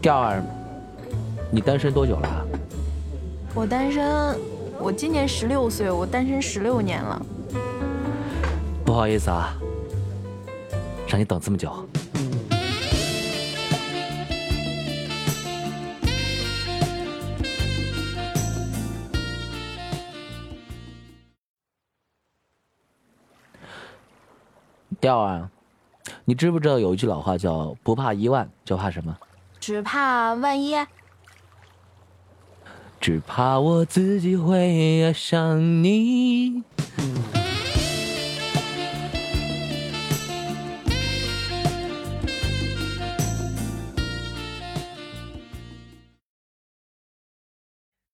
调儿，你单身多久了？啊我单身，我今年十六岁，我单身十六年了。不好意思啊，让你等这么久。调儿，啊你知不知道有一句老话叫“不怕一万，就怕什么只怕万一，？”只怕我自己会爱上你。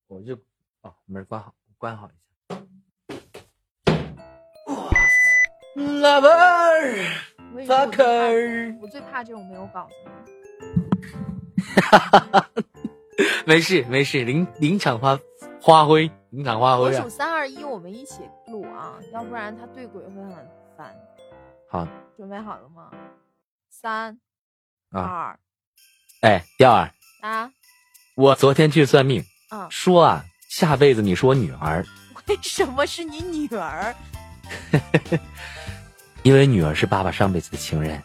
我就哦，门关好，关好一下。Lover, 我也 fucker。我最怕这种没有稿子。没事没事，临临场发发挥，临场发我挥、啊数。三二一，我们一起录啊，要不然他对鬼会很烦。好，准备好了吗？三、啊，二、哎，调儿，啊，我昨天去算命，嗯， 说啊，下辈子你是我女儿，为什么是你女儿？因为女儿是爸爸上辈子的情人。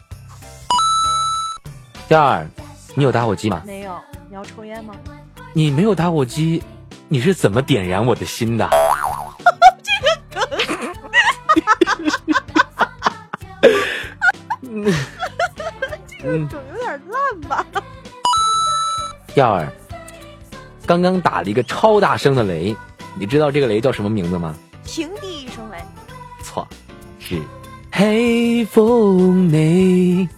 调儿，你有打火机吗？没有，你要抽烟吗？你没有打火机，你是怎么点燃我的心的？这嗯个梗有点烂吧？调儿，刚刚打了一个超大声的雷，你知道这个雷叫什么名字吗？平地一声雷，错，是黑风你，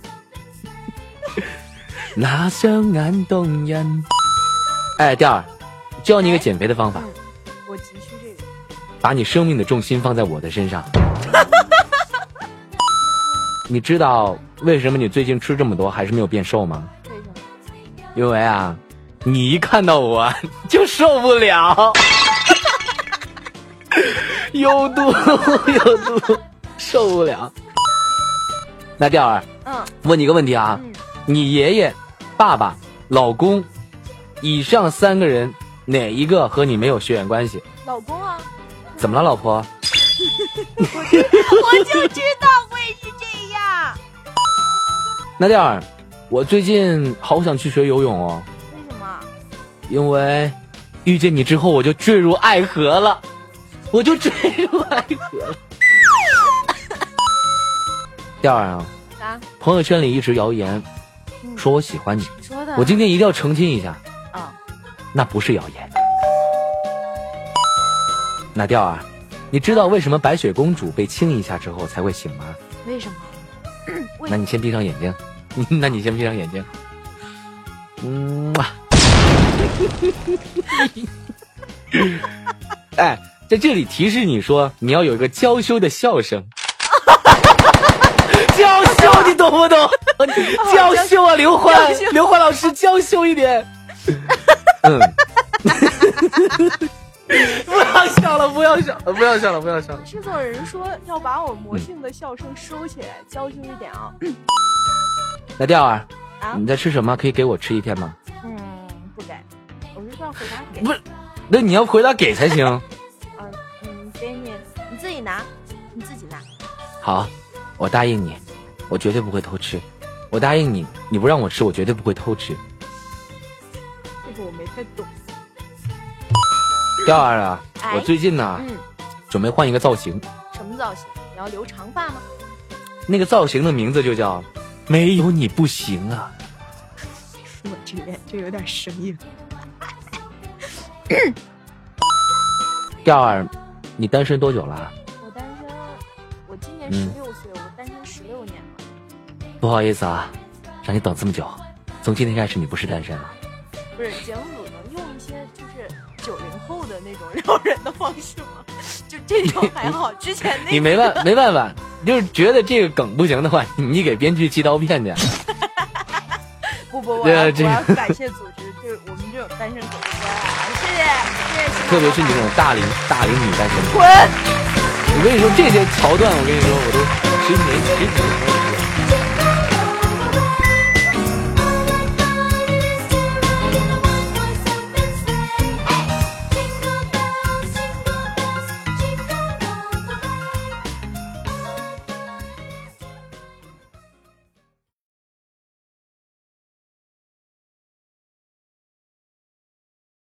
那双眼动人。哎，调儿，教你一个减肥的方法，嗯，我急需这个。把你生命的重心放在我的身上。 你知道为什么你最近吃这么多还是没有变瘦吗？为什么？因为啊，你一看到我 就受不了，有毒有毒，受不了。那调儿，嗯问你一个问题啊，嗯，你爷爷、爸爸、老公，以上三个人哪一个和你没有血缘关系？老公啊，怎么了，老婆？我就知道会是这样。那调儿，我最近好想去学游泳哦，为什么？因为遇见你之后，我就坠入爱河了，我就坠入爱河了。 调儿啊，啊，朋友圈里一直谣言嗯说我喜欢你，说的。我今天一定要澄清一下，啊，那不是谣言。那调儿，你知道为什么白雪公主被亲一下之后才会醒吗？为什么？为那你先闭上眼睛， 那你先闭上眼睛。嗯嘛。 哎，在这里提示你说，你要有一个娇羞的笑 声。娇羞，你懂不懂？娇羞啊，刘欢哦娇羞，刘欢老师娇羞一 点。嗯， 不要笑了，不要笑了，不要笑了，不要笑了。制作人说要把我魔性的笑声收起来，娇羞一点啊。那调儿，啊，你在吃什么？可以给我吃一片吗？嗯，不给。我是说要回答给。不是，那你要回答给才行。 嗯嗯，给你，你自己拿，你自己拿。好，我答应你，我绝对不会偷吃。我答应你，你不让我吃，我绝对不会偷吃。这个我没太懂。第二啊，哎我最近呢、嗯，准备换一个造型，什么造型？你要留长发吗？那个造型的名字就叫“没有你不行啊 我这边这有点生硬。”。第二，你单身多久了？我单身，我今年嗯十六岁，我单身十六年了。不好意思啊，让你等这么久。从今天开始，你不是单身了。不是节目组能用一些就是九零后的那种撩人的方式吗？ 就这种还 好，之前那你没办 没办法，就是觉得这个梗不行的话，你给编剧寄刀片去。不不，我对啊要我这要感谢组织对我们这种单身狗的关爱，谢谢谢谢，特别是你这种大龄大龄女单身，滚。我跟你说这些桥段，我跟你说我都十几年十几年没有见过。